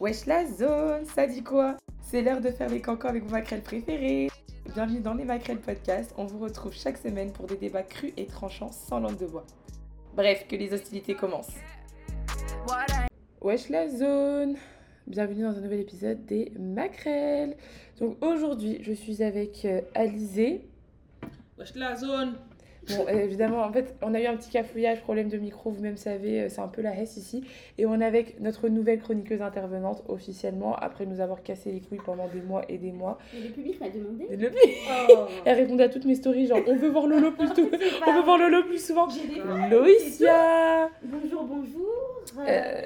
Wesh la zone, ça dit quoi C'est l'heure de faire les cancans avec vos maquerelles préférées. Bienvenue dans les Maquerelles Podcast. On vous retrouve chaque semaine pour des débats crus et tranchants sans langue de bois. Bref, que les hostilités commencent. Wesh la zone Bienvenue dans un nouvel épisode des Maquerelles. Donc aujourd'hui, je suis avec euh, Alizé. Wesh la zone Bon, euh, évidemment, en fait, on a eu un petit cafouillage, problème de micro, vous-même savez, euh, c'est un peu la hesse ici. Et on est avec notre nouvelle chroniqueuse intervenante officiellement, après nous avoir cassé les couilles pendant des mois et des mois. Mais le public m'a demandé. Et le- Oh. Elle répondait à toutes mes stories, genre on veut voir Lolo plus, tôt- C'est pas- Euh, on veut voir Lolo plus souvent. J'ai des- Loïcia Bonjour, bonjour. Euh,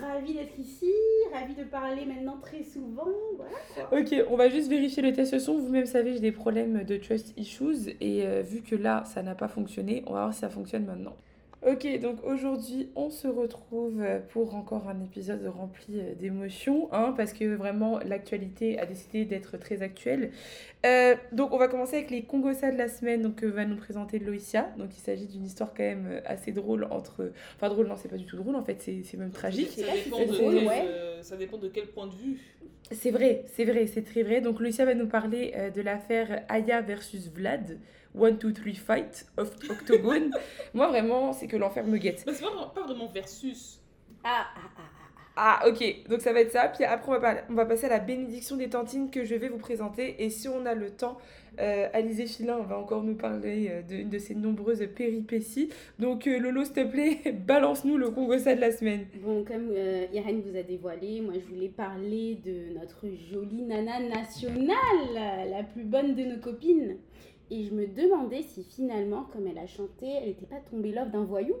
Ravi d'être ici, ravi de parler maintenant très souvent. Voilà. Ok, on va juste vérifier le test son. Vous-même savez, j'ai des problèmes de trust issues et euh, vu que là, ça n'a pas fonctionné, on va voir si ça fonctionne maintenant. Ok, donc aujourd'hui, on se retrouve euh, pour encore un épisode rempli euh, d'émotions, hein, parce que vraiment, l'actualité a décidé d'être très actuelle. Euh, donc, on va commencer avec les Congossas de la semaine, donc que va nous présenter Loïcia. Donc, il s'agit d'une histoire quand même euh, assez drôle entre... Enfin, drôle, non, c'est pas du tout drôle, en fait, c'est c'est même tragique. C'est ça pas dépend, si de, c'est drôle, ouais. euh, ça dépend de quel point de vue. C'est vrai, c'est vrai, c'est très vrai. Donc Lucia va nous parler euh, de l'affaire Aya versus Vlad, One Two Three Fight of Octogone. Moi vraiment, c'est que l'enfer me guette. Mais c'est pas, pas vraiment versus. Ah, ah, ah, ah. Ah ok, donc ça va être ça. Puis après on va, par- on va passer à la bénédiction des tantines que je vais vous présenter. Et si on a le temps, euh, Alizé Filin va encore nous parler euh, de- de ses nombreuses péripéties. Donc euh, Lolo, s'il te plaît, balance-nous le Congossa de la semaine. Bon, comme euh, Irène vous a dévoilé, moi je voulais parler de notre jolie nana nationale, la plus bonne de nos copines. Et je me demandais si finalement, comme elle a chanté, elle n'était pas tombée l'offre d'un voyou.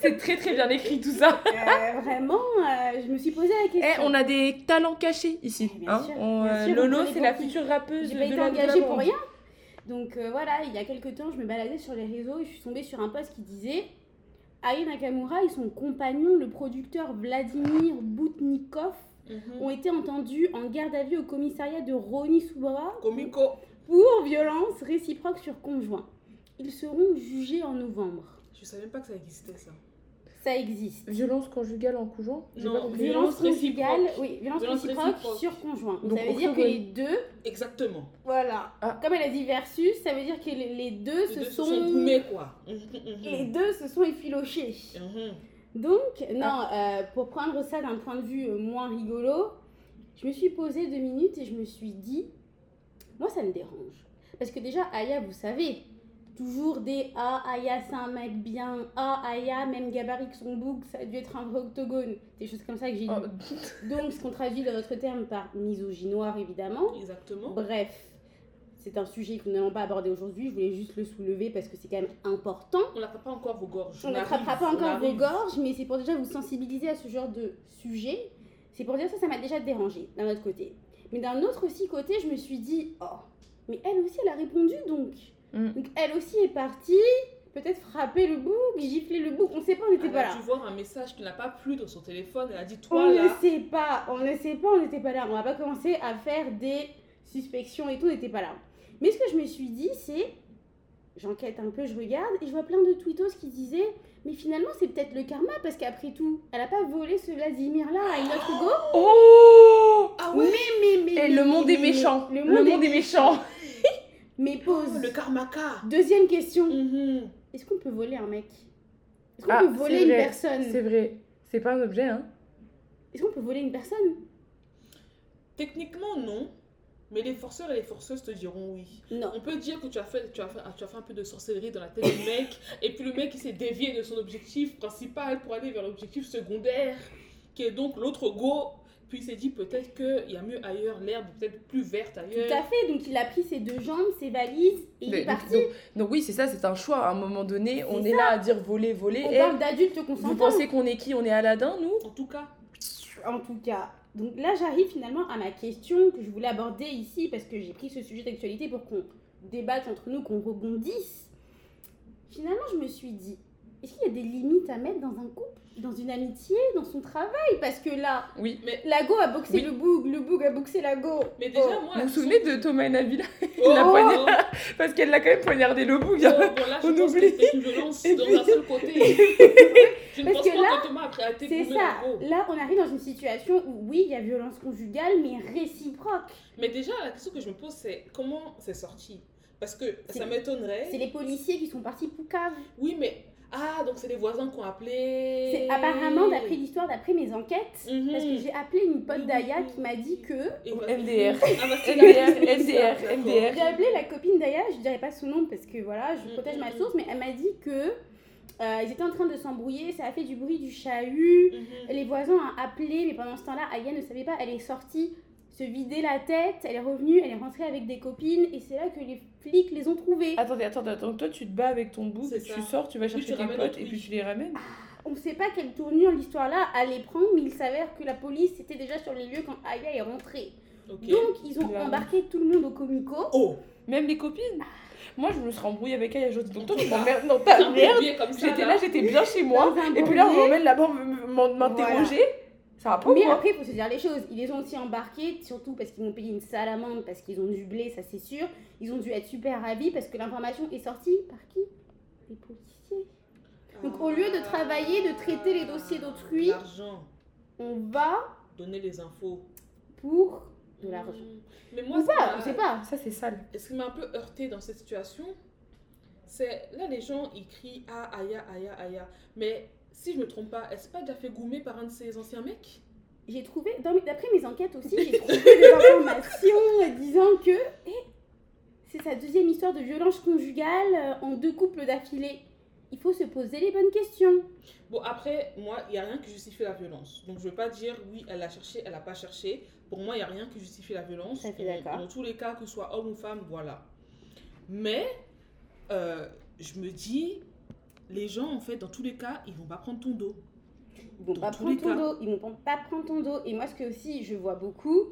C'est très très bien écrit tout ça. Euh, vraiment, euh, je me suis posé la question. Eh, on a des talents cachés ici. Eh, bien hein. sûr, On, bien euh, sûr, on Lolo, connaît c'est la beaucoup. future rappeuse. J'ai pas de été la engagée Nouvelle-Orléans. pour rien. Donc euh, voilà, il y a quelques temps, je me baladais sur les réseaux et je suis tombée sur un post qui disait Aya Nakamura et son compagnon, le producteur Vladimir Boutnikov, Mhm. ont été entendus en garde à vue au commissariat de Roni-Soubra Comico. pour violence réciproque sur conjoint. Ils seront jugés en novembre. Je savais même pas que ça existait ça. Ça existe. Violence conjugale en cougeant j'ai Non. pas compris. Violence Violence réciproque. conjugale, oui, violence, Violence réciproque, réciproque. sur conjoint. Donc, Donc, ça veut on dire que prévoit- les deux, Exactement. voilà, Ah. comme elle a dit versus, ça veut dire que les les deux, Les se deux sont, gourmets, quoi. Mhm, les mhm. deux se sont effilochés. Mhm. Donc, non, euh, pour prendre ça d'un point de vue euh, moins rigolo, je me suis posée deux minutes et je me suis dit, moi ça me dérange. Parce que déjà, Aya, vous savez, toujours des Ah, Aya, c'est un mec bien, Ah, Aya, même gabarit que son bouc, ça a dû être un octogone, des choses comme ça que j'ai Oh, dit. Donc, ce qu'on traduit dans notre terme par misogynoir, évidemment. Exactement. Bref, c'est un sujet que nous n'allons pas aborder aujourd'hui, je voulais juste le soulever parce que c'est quand même important. On n'attrape pas encore vos gorges. On n'attrapera pas encore vos gorges, mais c'est pour déjà vous sensibiliser à ce genre de sujet. C'est pour dire ça, ça m'a déjà dérangé d'un autre côté. Mais d'un autre aussi côté, je me suis dit, oh, mais elle aussi, elle a répondu donc. Mm. Donc elle aussi est partie, peut-être frapper le bouc, gifler le bouc, on sait pas, on n'était Elle pas a là. dû voir un message qui n'a pas plu dans son téléphone. Elle a dit On Toi ne là. sait pas, on ne sait pas, on n'était pas là. On va pas commencer à faire des suspections et tout, on n'était pas là. Mais ce que je me suis dit, c'est. J'enquête un peu, je regarde et je vois plein de tweetos qui disaient Mais finalement, c'est peut-être le karma parce qu'après tout, elle a pas volé ce Vladimir-là à une autre go. Oh Ah Mais, ouais mais, mais. Et mais, Eh, le monde mais, est mais, méchant. Le monde, est... méchant. Mais pause. Le karmaka. Deuxième question Mhm. Est-ce qu'on peut voler un mec Est-ce qu'on Ah, peut voler c'est une vrai, personne C'est vrai. C'est pas un objet, hein Est-ce qu'on peut voler une personne Techniquement, non. Mais les forceurs et les forceuses te diront oui. Non. On peut dire que tu as fait, tu as fait, tu as fait un peu de sorcellerie dans la tête du mec, et puis le mec il s'est dévié de son objectif principal pour aller vers l'objectif secondaire, qui est donc l'autre go. Puis il s'est dit peut-être qu'il y a mieux ailleurs, l'herbe est peut-être plus verte ailleurs. Tout à fait, donc il a pris ses deux jambes, ses valises et il Mais- est parti. donc, donc oui, c'est ça, c'est un choix. À un moment donné, on C'est est là à dire voler, voler. On Eh, parle d'adultes vous consentants. pensez qu'on est qui On est Aladdin, nous En tout cas, En tout cas, donc là j'arrive finalement à ma question que je voulais aborder ici parce que j'ai pris ce sujet d'actualité pour qu'on débatte entre nous, qu'on rebondisse. Finalement, je me suis dit, Est-ce qu'il y a des limites à mettre dans un couple, dans une amitié, dans son travail Parce que là, Oui. la go a boxé Oui. le boug, le boug a boxé la go. Mais déjà, Oh. moi. Vous la vous façon- souvenez de Thomas et Nabila Oh, la oh, poignarde. oh, Parce qu'elle l'a quand même poignardé le hein. bout. oh, bien. bon, là, je On pense que oublie. c'était une violence Et puis- dans un seul côté. Je ne Parce pense que pas là, que Thomas a prêt à C'est t'éprouver ça. la go. Là, on arrive dans une situation où oui, il y a violence conjugale, mais réciproque. Mais déjà, la question que je me pose, c'est comment c'est sorti Parce que C'est- ça m'étonnerait. C'est les policiers qui sont partis poucave. Oui, mais. Ah, donc c'est les voisins qui ont appelé. C'est apparemment d'après l'histoire, d'après mes enquêtes, Mhm. parce que j'ai appelé une pote Oui, d'Aya oui, oui, qui m'a oui. dit que Et Ou voilà. MDR. Ah, bah, c'est MDR, la- c'est MDR, ça, d'accord. MDR. J'ai appelé la copine d'Aya, je dirais pas son nom parce que voilà, je Mm, protège mm, ma mm. source, mais elle m'a dit que euh, ils étaient en train de s'embrouiller, ça a fait du bruit, du chahut. Mhm. Les voisins ont appelé, mais pendant ce temps-là, Aya ne savait pas, elle est sortie se vider la tête, elle est revenue, elle est rentrée avec des copines, et c'est là que les flics les ont trouvées. Ah. Attendez, attendez, attends. Toi, tu te bats avec ton bout, C'est tu ça. sors, tu vas tu chercher tes ramènes potes autrui. et puis tu les ramènes. On ne sait pas quelle tournure l'histoire-là allait prendre, mais il s'avère que la police était déjà sur les lieux quand Aya est rentrée. Ok. Donc, ils ont Clairement. embarqué tout le monde au Comico. Oh Même les copines. Moi, je me serais embrouillée avec elle. J'ai dit, donc toi, tu Voilà. m'emmerdes dans ta Ah, merde. Bien comme ça, J'étais là, j'étais bien chez moi. Dans un Et puis là, on bourbier. m'emmène là-bas m- m- m'interroger. Ça va pas ou Mais quoi après, il faut se dire les choses. Ils les ont aussi embarqués, surtout parce qu'ils m'ont payé une sale amende, parce qu'ils ont dû blé, ça c'est sûr. Ils ont dû être super ravis parce que l'information est sortie par qui Les policiers. Donc, au lieu de travailler, de traiter les dossiers d'autrui- L'argent, On va donner les infos. Hmm. pour de l'argent. Mais moi, Ou ce qui pas, m'a- on sait pas. Ça, c'est sale. ce qui m'a un peu heurté dans cette situation, c'est là, les gens, ils crient Ah, Aya, Aya, Aya. Mais si je me trompe pas, est-ce pas déjà fait goumer par un de ses anciens mecs J'ai trouvé, dans mes- d'après mes enquêtes aussi, j'ai trouvé des informations euh, disant que eh, c'est sa deuxième histoire de violence conjugale euh, en deux couples d'affilée. Il faut se poser les bonnes questions. Bon, après, moi, il n'y a rien qui justifie la violence. Donc, je ne veux pas dire oui, elle a cherché, elle n'a pas cherché. Pour moi, il n'y a rien qui justifie la violence. Tout à fait d'accord. Dans tous les cas, que ce soit homme ou femme, voilà. Mais, euh, je me dis, les gens, en fait, dans tous les cas, ils vont pas prendre ton dos. Ils vont Dans pas tous les prendre ton cas. dos. Ils vont pas prendre ton dos. Et moi, ce que aussi je vois beaucoup,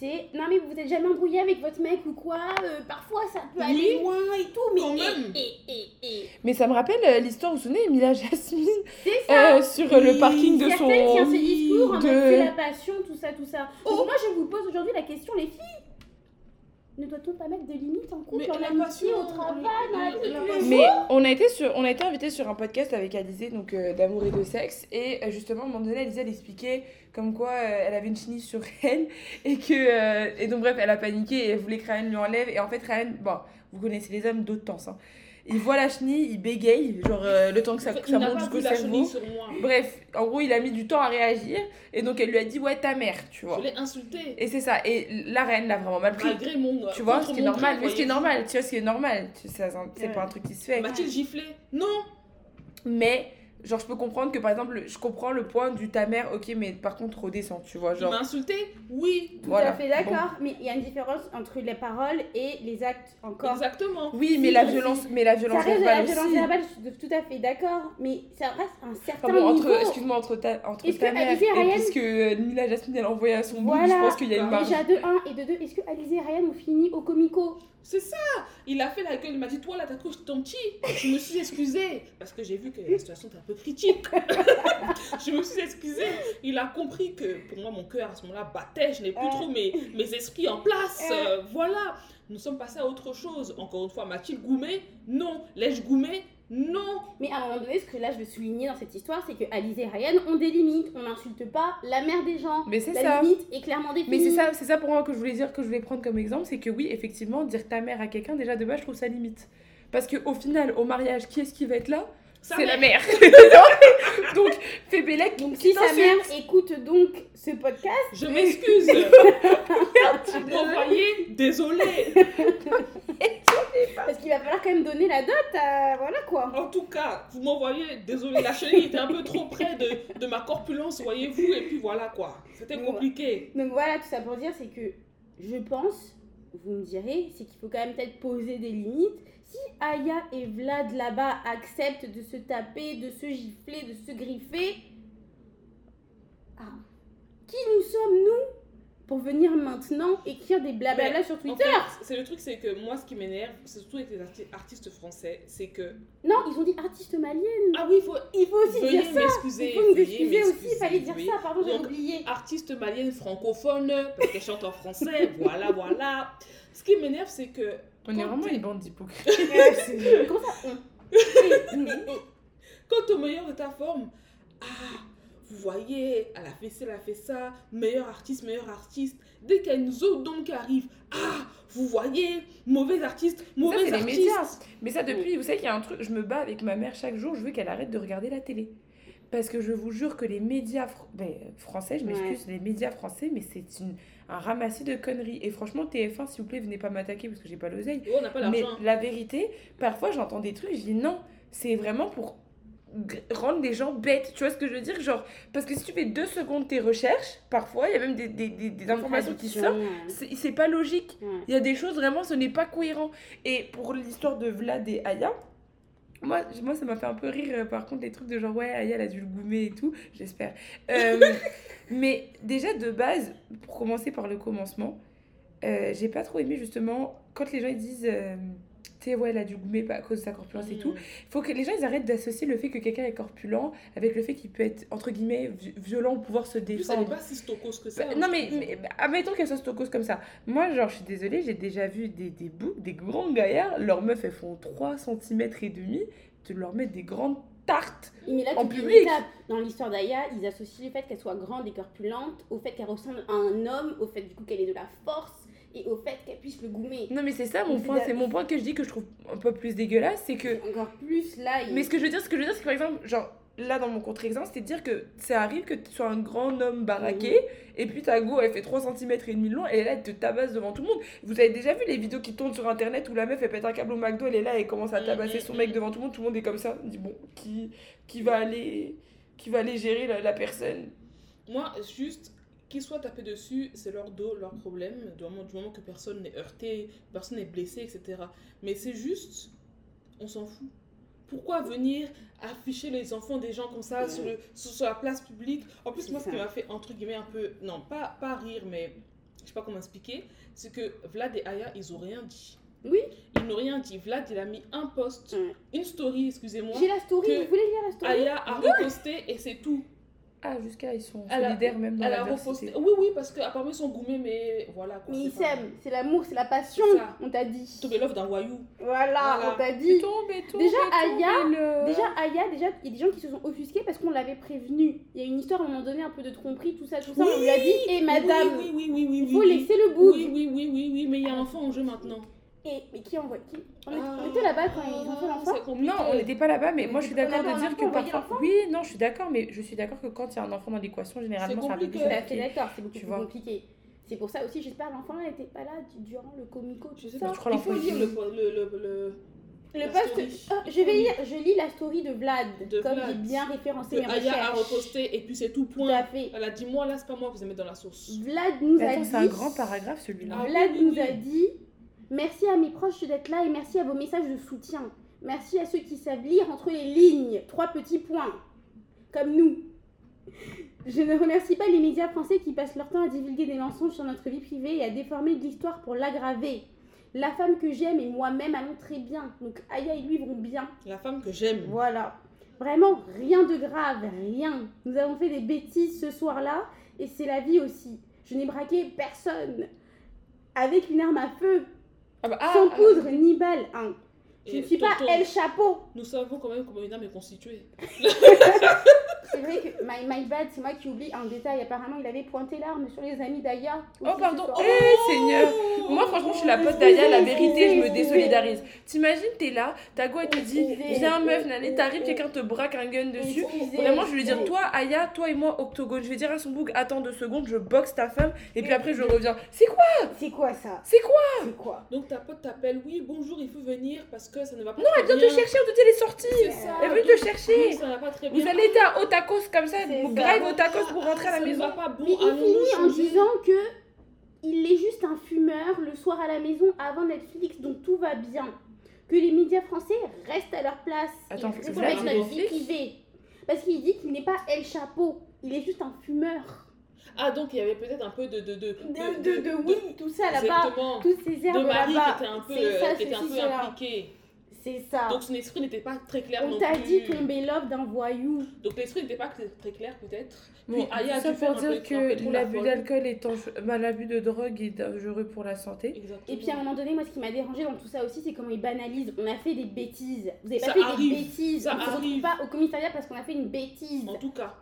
c'est non mais vous vous êtes jamais embrouillé avec votre mec ou quoi Euh, Parfois ça peut Oui, aller loin et tout, mais quand eh, même. eh, eh, eh. Mais ça me rappelle euh, l'histoire, vous vous souvenez, Mila Jasmine C'est euh, Sur euh, le parking de son. Certaines tiennent ce discours en mode de- c'est la passion, tout ça, tout ça. Donc Oh. moi, je vous pose aujourd'hui la question, les filles. Ne doit-on pas mettre de limites en couple, en amitié, au travail, dans la vie de tous les jours Mais on a été sur, on a été invité sur un podcast avec Alizé, donc euh, d'amour et de sexe, et euh, justement à un moment donné, Alizé elle expliquait comme quoi euh, elle avait une chenille sur elle et que euh, et donc bref, elle a paniqué et elle voulait que Ryan lui enlève et en fait Ryan, bon, vous connaissez les hommes d'autres temps, hein. Il voit la chenille, il bégaye, genre euh, le temps que ça, En fait, que il ça n'a monte pas vu jusqu'au la chenille cerveau. sur moi. Bref, en gros, il a mis du temps à réagir et donc elle lui a dit ouais ta mère, tu vois. Je l'ai insulté. Et c'est ça. Et la reine l'a vraiment mal pris. Malgré mon. Tu vois, contre ce qui est mon normal, gré, mais ce qui est voyez-vous. normal, tu vois, ce qui est normal, tu sais, ça, c'est pas un truc qui se fait. M'a-t-il giflé Non Mais, genre, je peux comprendre que, par exemple, je comprends le point du ta mère, ok, mais par contre, redescends, tu vois, Il genre. m'a insulté Oui. Tout voilà. à fait d'accord, mais il y a une différence entre les paroles et les actes encore. Exactement. Bon. Oui, mais la Si, violence, mais la Ça violence reste de la verbale violence aussi. verbale, je suis tout à fait d'accord, mais ça reste un certain Enfin bon, niveau. entre, excuse-moi, entre ta, entre Est-ce ta que mère Alizé et Ryan- puis ce que Mila Jasmine, elle a envoyé à son bout, Voilà. je pense qu'il y a une Bah, marge. Déjà de 1 et de 2, est-ce que Alizé et Ryan ont fini au comico C'est ça Il a fait la gueule, il m'a dit Toi là, t'as couché ton petit Je me suis excusée parce que j'ai vu que la situation était un peu critique. je me suis excusée. Il a compris que pour moi, mon cœur à ce moment-là battait, je n'ai plus Euh. trop mes, mes esprits en place. Eh. Euh, voilà Nous sommes passés à autre chose. Encore une fois, m'a-t-il goumé Non. L'ai-je goumé Non Mais à un moment donné, ce que là je veux souligner dans cette histoire, c'est que Alizé et Ryan ont des limites. On n'insulte pas la mère des gens. Mais c'est La ça. limite est clairement Mais définie. c'est ça, c'est ça pour moi que je voulais dire, que je voulais prendre comme exemple, c'est que oui, effectivement, dire ta mère à quelqu'un, déjà de base, je trouve ça limite. Parce que au final, au mariage, qui est-ce qui va être là Ça C'est m'a- la mère. Donc, fais Bélec, Donc qui si sa t'insulte. mère écoute donc ce podcast, Je m'excuse Ah, Vous voyez Désolée parce qu'il va falloir quand même donner la dot, à... voilà quoi. En tout cas, vous m'envoyez, désolé, la chenille était un peu trop près de, de ma corpulence, voyez-vous, et puis voilà quoi. C'était Ouais. compliqué. Donc voilà, tout ça pour dire, c'est que je pense, vous me direz, c'est qu'il faut quand même peut-être poser des limites. Si Aya et Vlad là-bas acceptent de se taper, de se gifler, de se griffer, ah, qui nous sommes-nous pour venir maintenant écrire des blabla sur En Twitter. fait, c'est le truc, c'est que moi, ce qui m'énerve, c'est surtout avec les arti- artistes français, c'est que. Non, ils ont dit artiste malienne. Ah oui, il faut. Il faut aussi Veuillez dire ça. m'excuser. Il faut nous veuillez excuser aussi, il m'excuser, fallait dire oui. ça, pardon, j'ai Donc, oublié. artiste malienne francophone, parce qu'elle chante en français, voilà, voilà. Ce qui m'énerve, c'est que. On est Quand vraiment t'es- une bande d'hypocrites. Comment ça on Quand au meilleur de ta forme, ah, vous voyez, elle a fait ça, elle a fait ça, meilleur artiste, meilleur artiste. Dès qu'il y a une zone d'ombre qui arrive, ah, vous voyez, mauvais artiste, Ça, mauvais c'est les artiste. médias. Mais ça, depuis, vous savez qu'il y a un truc, je me bats avec ma mère chaque jour, je veux qu'elle arrête de regarder la télé. Parce que je vous jure que les médias fr- ben, français, je Ouais. m'excuse, les médias français, mais c'est une- un ramassis de conneries. Et franchement, TF1, s'il vous plaît, venez pas m'attaquer parce que j'ai pas l'oseille. Oh, on n'a pas Mais l'argent. la vérité, parfois j'entends des trucs, je dis non, c'est vraiment pour g- rendre les gens bêtes. Tu vois ce que je veux dire Genre, parce que si tu fais deux secondes tes recherches, parfois il y a même des, des- des- des informations qui sortent, c'est c'est pas logique. Ouais. Il y a des choses vraiment, ce n'est pas cohérent. Et pour l'histoire de Vlad et Aya, moi, j- moi ça m'a fait un peu rire euh, par contre les trucs de genre ouais, Aya elle a dû le goumer et tout, j'espère. Euh, mais déjà de base, pour commencer par le commencement, euh, j'ai pas trop aimé justement quand les gens ils disent euh, tu sais, ouais, elle a dû goumer à cause de sa corpulence Mmh. Mm. et tout. Faut que les gens ils arrêtent d'associer le fait que quelqu'un est corpulent avec le fait qu'il peut être entre guillemets vi- violent ou pouvoir se En plus, elle n'est défendre. pas si stockose que ça. hein. Bah, non, mais, mais- bah, admettons qu'elle soit stockose comme ça. Moi, genre, je suis désolée, j'ai déjà vu des, des boucs, des grands gaillards. Leurs meufs, elles font 3 cm et demi. De leur mettre des grandes tartes. Mais là, En tu dis public. une étape. Dans l'histoire d'Aya, ils associent le fait qu'elle soit grande et corpulente au fait qu'elle ressemble à un homme, au fait du coup qu'elle ait de la force et au fait qu'elle puisse le goumer. Non, mais c'est ça mon Mais point. la- C'est mon point que je dis que je trouve un peu plus dégueulasse. C'est que. Encore plus là. il- Mais ce que je veux dire, ce que je veux dire, c'est que par exemple, genre. Là, dans mon contre-exemple, c'est de dire que ça arrive que tu sois un grand homme baraqué, et puis ta go, elle fait 3 cm et demi de long, et là, elle te tabasse devant tout le monde. Vous avez déjà vu les vidéos qui tournent sur internet où la meuf, elle pète un câble au McDo, elle est là, et commence à Mhm, tabasser son mec mhm. devant tout le monde, tout le monde est comme ça. On dit, bon, qui, qui, va, aller, qui va aller gérer la, la personne Moi, juste qu'ils soient tapés dessus, c'est leur dos, leur problème, du moment, du moment que personne n'est heurté, personne n'est blessé, etc. Mais c'est juste, on s'en fout. Pourquoi venir afficher les enfants des gens comme ça Ouais. sur, le- sur, sur la place publique En plus, C'est moi, ce qui ça. m'a fait, entre guillemets, un peu, non, pas, pas rire, mais je sais pas comment expliquer, c'est que Vlad et Aya, ils ont rien dit. Oui. Ils n'ont rien dit. Vlad, il a mis un post, Ouais. une story, excusez-moi. J'ai la story, que- vous voulez lire la story Aya a reposté et c'est tout. Ah, jusqu'à ils sont Elle a- solidaires même dans Elle a la reposté. Oui, oui, parce qu'apparemment ils sont gourmés, mais voilà. quoi, Mais ils c'est pas- s'aiment, c'est l'amour, c'est la passion, C'est ça. on t'a dit. Tomber l'offre d'un voyou. Voilà, Voilà. on t'a dit. Déjà, Aya- le... Déjà, Aya, déjà, il y a des gens qui se sont offusqués parce qu'on l'avait prévenu. Il y a une histoire à un moment donné, un peu de tromperie, tout ça, tout ça. on lui a dit, et madame, Oui, oui, oui, oui. il oui, faut oui. laisser le bout. Oui, oui, oui, oui, oui, mais il y a un enfant en jeu maintenant. Et mais qui envoie qui On était- Ah. on était là-bas quand ils ont fait l'enfant. C'est compliqué. Non, on n'était pas là-bas, mais moi je suis On a d'accord de pas un dire enfant, que on voyait parfois. l'enfant. Oui, non, je suis d'accord, mais je suis d'accord que quand il y a un enfant dans l'équation, généralement C'est c'est un peu plus compliqué. Tout à fait compliqué. d'accord, c'est beaucoup Tu plus vois. compliqué. C'est pour ça aussi, j'espère l'enfant là n'était pas là du- durant le comico, tout Je sais ça. pas. Je crois il faut l'enfant lire est le. le, le, le- Le la poste. story. Ah, je vais lire, je lis la story de Vlad, De comme Vlad. j'ai bien référencé que mes Aya a recherches. reposté et puis c'est tout, Tout point. à fait. Elle a dit Moi là, c'est pas moi que vous aimez dans la source. Vlad nous Mais a attends, dit. c'est un grand paragraphe celui-là. Ah, Vlad oui, oui, nous a oui. dit merci à mes proches d'être là et merci à vos messages de soutien. Merci à ceux qui savent lire entre les lignes. Trois petits points. Comme nous. Je ne remercie pas les médias français qui passent leur temps à divulguer des mensonges sur notre vie privée et à déformer de l'histoire pour l'aggraver. La femme que j'aime et moi-même allons très bien. Donc Aya et lui vont bien. La femme que j'aime. Voilà. Vraiment, rien de grave, rien. Nous avons fait des bêtises ce soir-là, et c'est la vie aussi. Je n'ai braqué personne. Avec une arme à feu, Ah bah, ah, sans ah, poudre ni balle. hein. Je Et ne suis pas tonton, El Chapeau. Nous savons quand même comment une âme est constituée. C'est vrai que my, my bad, c'est moi qui oublie un détail. Apparemment, il avait pointé l'arme sur les amis d'Aya. Oh aussi pardon, ce eh soir. Seigneur Oh. Moi franchement je suis la pote excusez, d'Aya, la vérité je me excusez, désolidarise. T'imagines t'es là, ta go elle te dit Excusez. viens meuf Nani, t'arrives, quelqu'un te braque un gun Oh, dessus. Excusez, Vraiment je vais lui dire excusez. toi Aya, toi et moi Octogone, je vais dire à son bouc attends deux secondes, je boxe ta femme et puis après je reviens. C'est quoi C'est quoi ça C'est quoi C'est quoi Donc ta pote t'appelle Oui, bonjour, il faut venir parce que ça ne va pas. Non elle vient te chercher, on te dit elle est sortie C'est ça. Elle est venue te Oui, chercher ça va pas très bien. Vous allez être à Otakos comme ça, C'est grave ça. Otakos pour rentrer à la maison. Ça va pas bon. Mais il allons-nous finit en changer. disant que il est juste un fumeur le soir à la maison avant Netflix, donc tout va bien. Que les médias français restent à leur place. Attends, Ils c'est respectent Vlad notre vie Netflix privée. Parce qu'il dit qu'il n'est pas El Chapeau, il est juste un fumeur. Ah, donc il y avait peut-être un peu de. De, de, De, de, de oui, tout ça là-bas, Exactement. toutes ces herbes De Marie là-bas. qui était un peu, C'est ça, euh, qui était un ceci, peu cela. impliquée. C'est ça. Donc son esprit n'était pas très clair On non t'a plus. dit tomber l'offre d'un voyou. Donc l'esprit n'était pas très clair peut-être. Bon, Puis Aya a ça dû faire pour un peu- dire un peu trop que la l'abus folle. d'alcool est dangereux- bah, l'abus de drogue est dangereux pour la santé. Exactement. Et puis à un moment donné, moi ce qui m'a dérangé dans tout ça aussi, c'est comment ils banalisent. On a fait des bêtises. Vous avez pas Ça fait arrive. des bêtises. Ça on se retrouve arrive. pas au commissariat parce qu'on a fait une bêtise. En tout cas,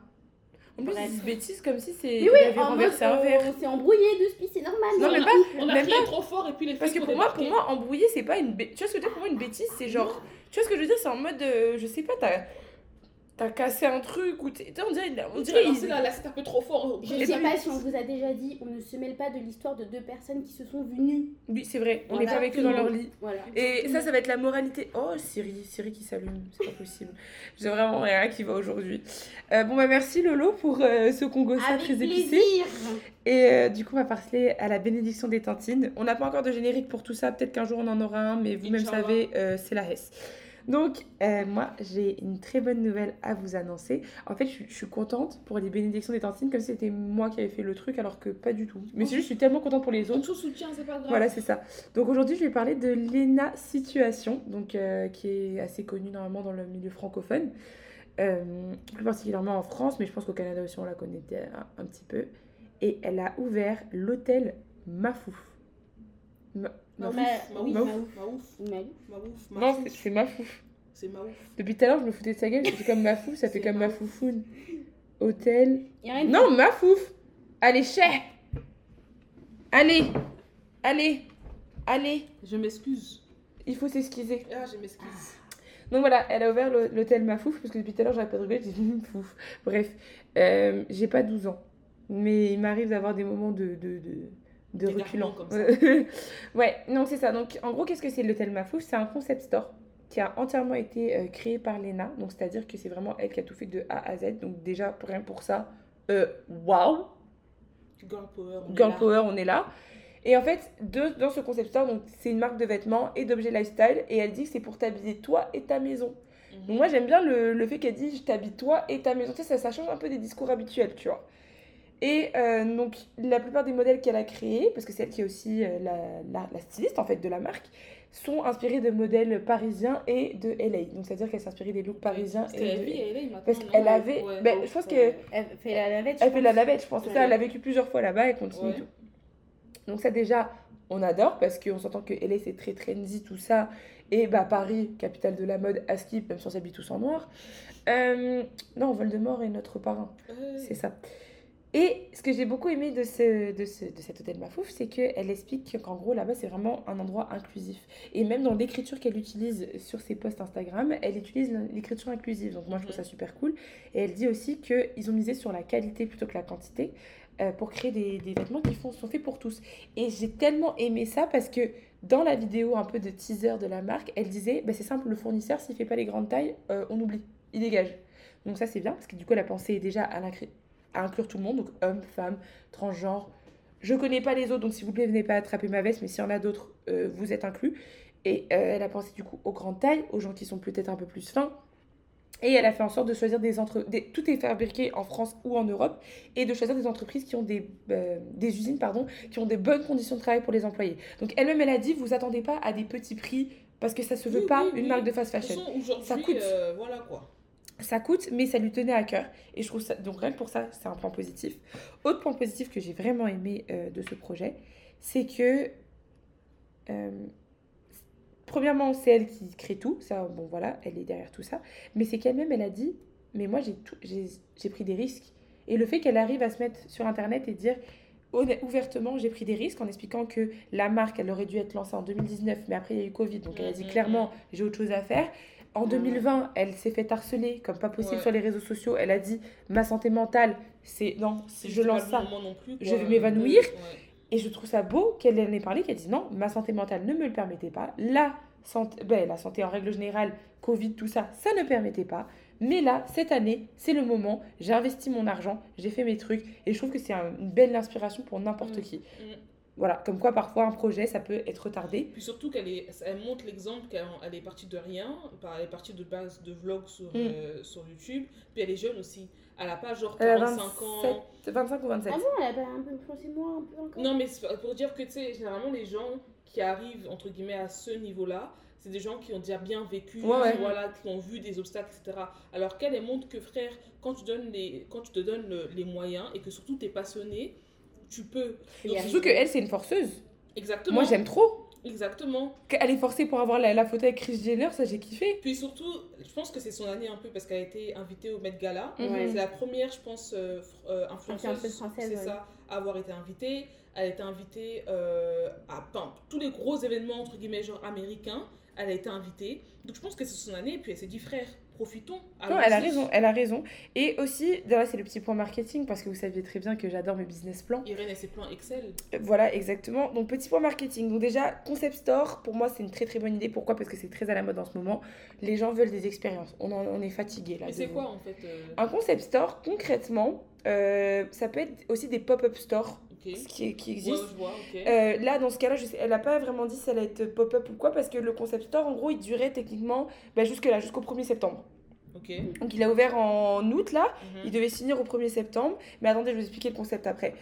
En plus, Bref. ils disent bêtises comme si c'est Mais il oui, avait en mode, renversé un on- verre. on s'est embrouillé de puis c'est normal. Non, on mais a- pas. on a même crié pas. trop fort et puis les Parce que filles pour ont moi, pour débarqué. moi, embrouiller, c'est pas une bêtise. Tu vois ce que je veux dire Pour moi, une bêtise, c'est genre. Tu vois ce que je veux dire C'est en mode. euh, je sais pas, t'as. T'as cassé un truc ou. t'es- tu sais, On dirait. On On dirait dirait. lancé ils- la lacette un peu trop fort. Je Et sais puis- pas si on vous a déjà dit, on ne se mêle pas de l'histoire de deux personnes qui se sont venues. Oui, c'est vrai. On n'est Voilà. pas avec eux dans leur lit. Voilà. Et ça, ça va être la moralité. Oh, Siri, Siri qui s'allume, c'est pas possible. J'ai vraiment rien qui va aujourd'hui. Euh, bon, bah merci Lolo pour euh, ce Congo ça Avec très plaisir. épicé. Et euh, du coup, on va passer à la bénédiction des tantines. On n'a pas encore de générique pour tout ça, peut-être qu'un jour on en aura un, mais vous-même Inch'Allah. savez, euh, c'est la Hesse. Donc, euh, moi, j'ai une très bonne nouvelle à vous annoncer. En fait, je, suis- je suis contente pour les bénédictions des tantines, comme si c'était moi qui avais fait le truc, alors que pas du tout. Oh. Mais c'est juste, je suis tellement contente pour les autres. On te soutient, c'est pas grave. Voilà, c'est ça. Donc aujourd'hui, je vais parler de l'ENA Situation, donc, euh, qui est assez connue normalement dans le milieu francophone, euh, plus particulièrement en France, mais je pense qu'au Canada aussi on la connaît euh, un, un petit peu. Et elle a ouvert l'hôtel Mafouf. Ma- Maouf, Mais- oui, maouf, maouf. maouf, Vous m'avez- maouf, Non, maouf. c'est- c'est Mafouf. C'est maouf. Depuis tout à l'heure, je me foutais de sa gueule, c'était comme Mafouf, ça fait C'est comme Maouf. Mafoufoun. Hôtel. Y a rien de- Non, Mafouf Allez, chef Allez Allez Allez Je m'excuse. Il faut s'excuser. Ah, je m'excuse. Donc voilà, elle a ouvert le- l'hôtel Mafouf, parce que depuis tout à l'heure, j'avais pas de rigolé, j'ai dit Mafouf. Bref, euh, j'ai pas 12 ans, mais il m'arrive d'avoir des moments de, de, de, de D'égarement reculant. comme ça. ouais, non, c'est ça. Donc en gros, qu'est-ce que c'est l'hôtel Mafouf C'est un concept store qui a entièrement été euh, créé par Lena, donc c'est-à-dire que c'est vraiment elle qui a tout fait de A à Z. Donc déjà, rien pour ça, euh, waouh Girl power. on est Girl là. Power, on est là. Et en fait, de- dans ce concept store, donc c'est une marque de vêtements et d'objets lifestyle, et elle dit que c'est pour t'habiller toi et ta maison. Mhm. Donc moi j'aime bien le, le fait qu'elle dit je t'habille toi et ta maison. Tu sais, ça, ça change un peu des discours habituels, tu vois. Et euh, donc la plupart des modèles qu'elle a créés, parce que c'est elle qui est aussi euh, la, la- la styliste en fait de la marque, sont inspirés de modèles parisiens et de LA. Donc c'est-à-dire qu'elle s'est inspirée des looks parisiens Parce et que la de- vie, elle est maintenant, Parce non qu'elle Ouais, avait- ouais, ben, donc, je pense que- euh, Elle fait la lavette. je Elle fait de la pense. lavette, je pense. C'est Ouais. ça, elle a vécu plusieurs fois là-bas et continue Ouais. tout. Donc ça déjà, on adore parce qu'on s'entend que LA c'est très trendy, tout ça. Et bah Paris, capitale de la mode, à skip, même si on s'habille tous en noir. Euh, non, Voldemort est notre parrain. euh, C'est ça. Et ce que j'ai beaucoup aimé de, ce, de, ce- de cet hôtel Mafouf, c'est qu'elle explique qu'en gros, là-bas, c'est vraiment un endroit inclusif. Et même dans l'écriture qu'elle utilise sur ses posts Instagram, elle utilise l'écriture inclusive. Donc moi, je trouve ça super cool. Et elle dit aussi qu'ils ont misé sur la qualité plutôt que la quantité euh, pour créer des, des vêtements qui font, sont faits pour tous. Et j'ai tellement aimé ça parce que dans la vidéo un peu de teaser de la marque, elle disait, bah, c'est simple, le fournisseur, s'il fait pas les grandes tailles, euh, on oublie, il dégage. Donc ça, c'est bien, parce que du coup, la pensée est déjà à, l'incri- à inclure tout le monde, donc hommes, femmes, transgenres. Je connais pas les autres, donc s'il vous plaît, venez pas attraper ma veste, mais s'il y en a d'autres, euh, vous êtes inclus. Et euh, elle a pensé du coup aux grandes tailles, aux gens qui sont peut-être un peu plus fins. Et elle a fait en sorte de choisir des entreprises. Tout est fabriqué en France ou en Europe. Et de choisir des entreprises qui ont des, euh, des usines pardon, qui ont des bonnes conditions de travail pour les employés. Donc elle-même, elle a dit vous attendez pas à des petits prix parce que ça se veut Oui, pas oui, une oui. marque de fast de toute fashion façon, aujourd'hui, Ça coûte. euh, voilà quoi. ça coûte, mais ça lui tenait à cœur. Et je trouve ça, donc rien que pour ça, c'est un point positif. Autre point positif que j'ai vraiment aimé euh, de ce projet, c'est que, euh, premièrement, c'est elle qui crée tout, ça, bon voilà, elle est derrière tout ça, mais c'est qu'elle-même, elle a dit, mais moi, j'ai tout- j'ai j'ai pris des risques. Et le fait qu'elle arrive à se mettre sur Internet et dire honn- ouvertement, j'ai pris des risques, en expliquant que la marque, elle aurait dû être lancée en 2019, mais après, il y a eu Covid, donc elle a dit Mhm. clairement, j'ai autre chose à faire. En Ouais. 2020, elle s'est fait harceler comme pas possible Ouais. sur les réseaux sociaux. Elle a dit ma santé mentale, c'est non, si je C'est lance pas ça. le moment non plus, je quoi. vais m'évanouir. Ouais. Et je trouve ça beau qu'elle en ait parlé, qu'elle dise non, ma santé mentale ne me le permettait pas. La santé, ben, la santé en règle générale, Covid, tout ça, ça ne permettait pas. Mais là, cette année, c'est le moment. J'ai investi mon argent, j'ai fait mes trucs. Et je trouve que c'est un- une belle inspiration pour n'importe Mhm. qui. Mhm. Voilà, comme quoi parfois un projet, ça peut être retardé. Puis surtout qu'elle est, elle montre l'exemple qu'elle elle est partie de rien, par- elle est partie de base de vlogs sur, Mm. euh, sur YouTube, puis elle est jeune aussi. Elle a pas genre Elle a 45 ans. 27, 25 ou 27. Ah bon, elle a pas un peu influencé moi un peu encore Non, mais c'est pas- pour dire que, tu sais, généralement, les gens qui arrivent, entre guillemets, à ce niveau-là, c'est des gens qui ont déjà bien vécu, Ouais, ouais. Voilà, qui ont vu des obstacles, etc. Alors qu'elle, elle montre que, frère, quand tu, donnes les, quand tu te donnes le- les moyens et que surtout tu es passionné, tu peux. Et Surtout arrive. qu'elle, c'est une forceuse. Exactement. Moi, j'aime trop. Exactement. Elle est forcée pour avoir la, la photo avec Chris Jenner, ça, j'ai kiffé. Puis surtout, je pense que c'est son année un peu parce qu'elle a été invitée au Met Gala. Mhm. Ouais. C'est la première, je pense, euh, fr- euh, influenceuse, Influenceuse française, c'est ouais. ça, à avoir été invitée. Elle a été invitée euh, à enfin, tous les gros événements, entre guillemets, genre américains. Elle a été invitée. Donc je pense que c'est son année. Et puis elle s'est dit, frère, profitons. Non, allons-y. elle a raison, elle a raison. Et aussi, là, c'est le petit point marketing, parce que vous saviez très bien que j'adore mes business plans. Euh, Irène, elle s'est plaint Excel. Voilà, exactement. Donc, petit point marketing. Donc, déjà, concept store, pour moi, c'est une très très bonne idée. Pourquoi Parce que c'est très à la mode en ce moment. Les gens veulent des expériences. On, en- on est fatigué là. Mais c'est de- Ah, quoi en fait euh, Un concept store, concrètement, euh, ça peut être aussi des pop-up stores Ok. ce qui, qui Ouais, existent. je vois, ok. Euh, là, dans ce cas-là, je sais- elle n'a pas vraiment dit si elle allait être pop-up ou quoi, parce que le concept store, en gros, il durait techniquement bah, jusque-là, jusqu'au 1er septembre. Ok. Donc, il a ouvert en août, là, Mhm. il devait finir au 1er septembre, mais attendez, je vais vous expliquer le concept après.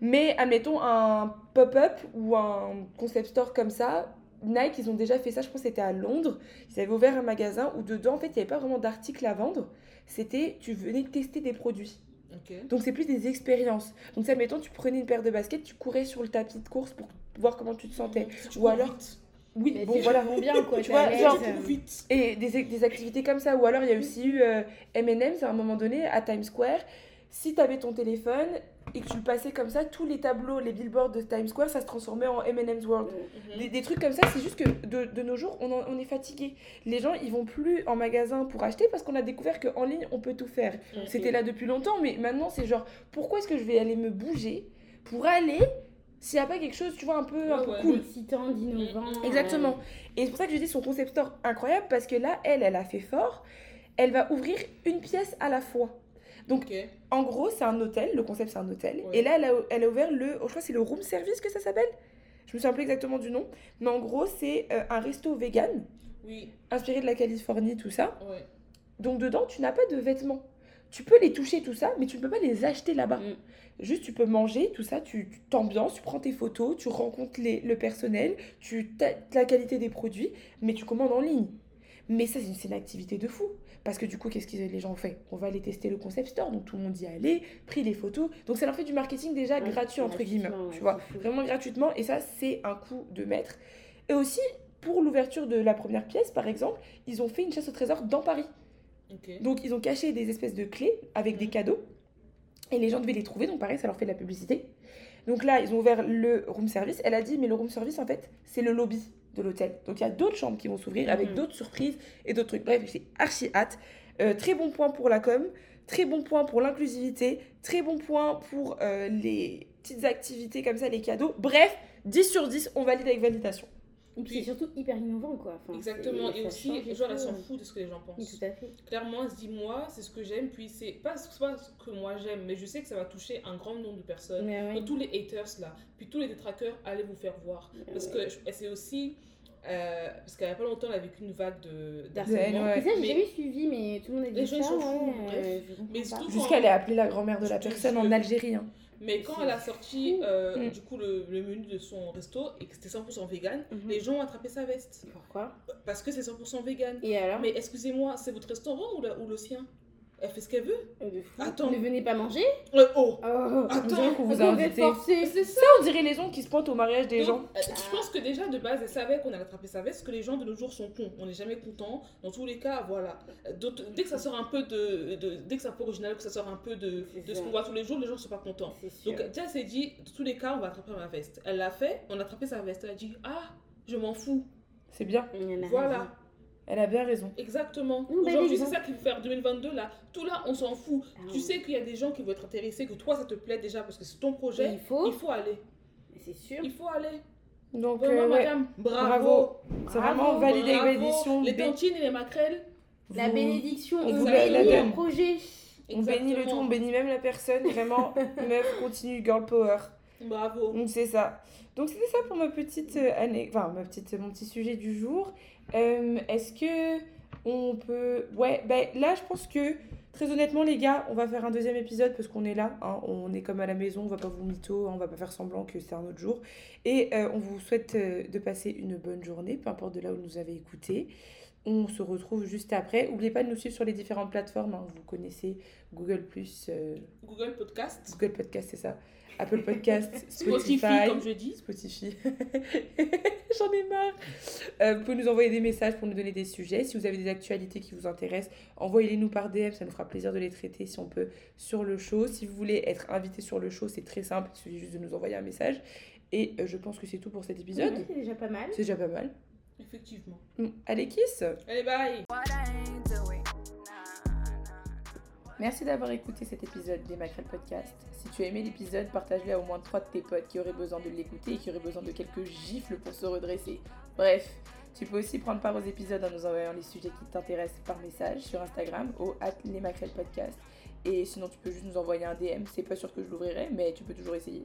Mais admettons un pop-up ou un concept store comme ça. Nike, ils ont déjà fait ça, je pense que c'était à Londres. Ils avaient ouvert un magasin où dedans, en fait, il n'y avait pas vraiment d'articles à vendre. C'était, tu venais tester des produits. Ok. Donc c'est plus des expériences. Donc ça, admettons, tu prenais une paire de baskets, tu courais sur le tapis de course pour voir comment tu te sentais. Si tu Ou cours alors- vite, Oui, Mais bon t'es voilà. vraiment bien quoi. Tu t'es vois, à l'aise, genre, tu cours euh, vite. Et des, des activités comme ça. Ou alors, il y a aussi eu euh, M&M's à un moment donné à Times Square. Si tu avais ton téléphone et que tu le passais comme ça, tous les tableaux, les billboards de Times Square, ça se transformait en M&M's World. Mhm. Des, des trucs comme ça, c'est juste que de, de nos jours, on, en- on est fatigué. Les gens, ils vont plus en magasin pour acheter parce qu'on a découvert qu'en ligne, on peut tout faire. Mhm. C'était là depuis longtemps, mais maintenant, c'est genre, pourquoi est-ce que je vais aller me bouger pour aller s'il n'y a pas quelque chose, tu vois, un peu, un Ouais, peu ouais. cool excitant, d'innovant. euh, Exactement. Et c'est pour ça que je dis son concept store incroyable parce que là, elle, elle a fait fort. Elle va ouvrir une pièce à la fois. Donc, Ok. En gros, c'est un hôtel. Le concept, c'est un hôtel. Ouais. Et là, elle a, elle a ouvert le. oh, je crois que c'est le room service que ça s'appelle. Je me souviens plus exactement du nom. Mais en gros, c'est euh, un resto vegan Oui, inspiré de la Californie, tout ça. ouais. Donc dedans, tu n'as pas de vêtements. Tu peux les toucher, tout ça, mais tu ne peux pas les acheter là-bas. Mm. Juste, tu peux manger, tout ça, tu tu t'ambiances, tu prends tes photos, tu rencontres les- le personnel, tu tâtes la qualité des produits, mais tu commandes en ligne. Mais ça, c'est une, c'est une activité de fou. Parce que du coup, qu'est-ce que les gens ont fait On va aller tester le concept store, donc tout le monde y allait, pris les photos. Donc ça leur fait du marketing déjà Ouais, gratuit, entre guillemets. gratuitement, ouais, Tu vois, c'est fou. vraiment gratuitement. Et ça, c'est un coup de maître. Et aussi, pour l'ouverture de la première pièce, par exemple, ils ont fait une chasse au trésor dans Paris. Ok. Donc ils ont caché des espèces de clés avec Mhm. des cadeaux. Et les gens devaient les trouver, donc pareil, ça leur fait de la publicité. Donc là, ils ont ouvert le room service. Elle a dit, mais le room service, en fait, c'est le lobby de l'hôtel. Donc il y a d'autres chambres qui vont s'ouvrir avec Mhm. d'autres surprises et d'autres trucs. Bref, j'ai archi hâte. Euh, très bon point pour la com, très bon point pour l'inclusivité, très bon point pour euh, les petites activités comme ça, les cadeaux. Bref, 10 sur 10, on valide avec validation. Et puis c'est surtout hyper innovant quoi. Enfin, Exactement, c'est- ça change et hein. aussi, les genre, elle choses. s'en fout de ce que les gens Oui, pensent. tout à fait. Clairement, elle se dit, moi, c'est ce que j'aime, puis c'est pas, c'est pas ce que moi j'aime, mais je sais que ça va toucher un grand nombre de personnes. Mais ouais. Donc, Tous les haters là, puis tous les détraqueurs, allez vous faire voir. Parce que je- c'est aussi. euh, parce qu'il n'y a pas longtemps, elle a vécu une vague de haine, d'harcèlement. ouais. Mais ça, j'ai Mais- jamais suivi, mais tout le monde a dit Les ça. gens, ils s'en ouais, foutent, euh, bref. je comprends Mais pas. surtout- Jusqu'à aller appeler la grand-mère de la Je te personne jure. en Algérie. hein. Mais quand elle a sorti euh, Mm. du coup le, le menu de son resto et que c'était 100% vegan, Mm. Mhm. les gens ont attrapé sa veste. Pourquoi Parce que c'est 100% vegan. Et alors Mais excusez-moi, c'est votre restaurant ou, la- ou le sien Elle fait ce qu'elle veut Euh, de fou. Attends. Ne venez pas manger Euh, Oh Oh On dirait Attends qu'on vous a Vous êtes invité. forcé. C'est ça Ça, on dirait les gens qui se pointent au mariage des gens. Donc, euh, Je pense que déjà de base, elle savait qu'on allait attraper sa veste, que les gens de nos jours sont cons. On n'est jamais content. Dans tous les cas, voilà. Euh, d'autres- Dès que ça sort un peu de, de- dès que ça peu original, que ça sort un peu de, C'est de ce ça. qu'on voit tous les jours, les gens ne sont pas contents. C'est sûr. Donc déjà, elle s'est dit, dans tous les cas, on va attraper ma veste. Elle l'a fait, on a attrapé sa veste. Elle a dit, ah, je m'en fous. C'est bien. On en a raison. Voilà, Elle a bien raison. exactement. Non, bah, Aujourd'hui, c'est l'exemple. ça qu'il faut faire 2022 là. Tout là, on s'en fout. Ah Tu oui. sais qu'il y a des gens qui vont être intéressés, que toi, ça te plaît déjà parce que c'est ton Mais projet. Il faut, Il faut aller. c'est sûr. Il faut aller. Donc, Vraiment, euh, ouais, madame, bravo. Bravo. c'est vraiment validé avec Bravo. validation. Les Bé- tontines et les maquerelles. La vous- bénédiction, on on vous la- la bénit donne. le projet. On bénit le tout, on Exactement. bénit même la personne. Vraiment, meuf, continue, girl power. Bravo. Donc, c'est ça. Donc, c'était ça pour ma petite euh, année. Enfin, ma petite, mon petit sujet du jour. Euh, Est-ce que on peut. Ouais, ben là, je pense que Très honnêtement, les gars, on va faire un deuxième épisode parce qu'on est là. hein, on est comme à la maison, on va pas vous mytho, hein, on va pas faire semblant que c'est un autre jour. Et euh, on vous souhaite euh, de passer une bonne journée, peu importe de là où vous nous avez écouté. On se retrouve juste après. N'oubliez pas de nous suivre sur les différentes plateformes. hein. vous connaissez Google, euh, Google Podcast, Google Podcast, c'est ça. Apple Podcast, Spotify, Spotify. comme je dis. Spotify. J'en ai marre. Euh, vous pouvez nous envoyer des messages pour nous donner des sujets. Si vous avez des actualités qui vous intéressent, envoyez-les nous par DM. Ça nous fera plaisir de les traiter si on peut sur le show. Si vous voulez être invité sur le show, c'est très simple. Il suffit juste de nous envoyer un message. Et euh, je pense que c'est tout pour cet épisode. Ouais, C'est déjà pas mal. C'est déjà pas mal. Effectivement. Mm. Allez, kiss Allez, bye What I ain't doing. Nah, nah. Merci d'avoir écouté cet épisode des Macrel Podcast. Si tu as aimé l'épisode, partage-le à au moins trois de tes potes qui auraient besoin de l'écouter et qui auraient besoin de quelques gifles pour se redresser. Bref, tu peux aussi prendre part aux épisodes en nous envoyant les sujets qui t'intéressent par message sur Instagram au at les Podcast. Et sinon, tu peux juste nous envoyer un DM. C'est pas sûr que je l'ouvrirai, mais tu peux toujours essayer.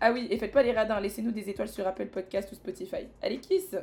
ah oui, et faites pas les radins. Laissez-nous des étoiles sur Apple Podcast ou Spotify. Allez, kiss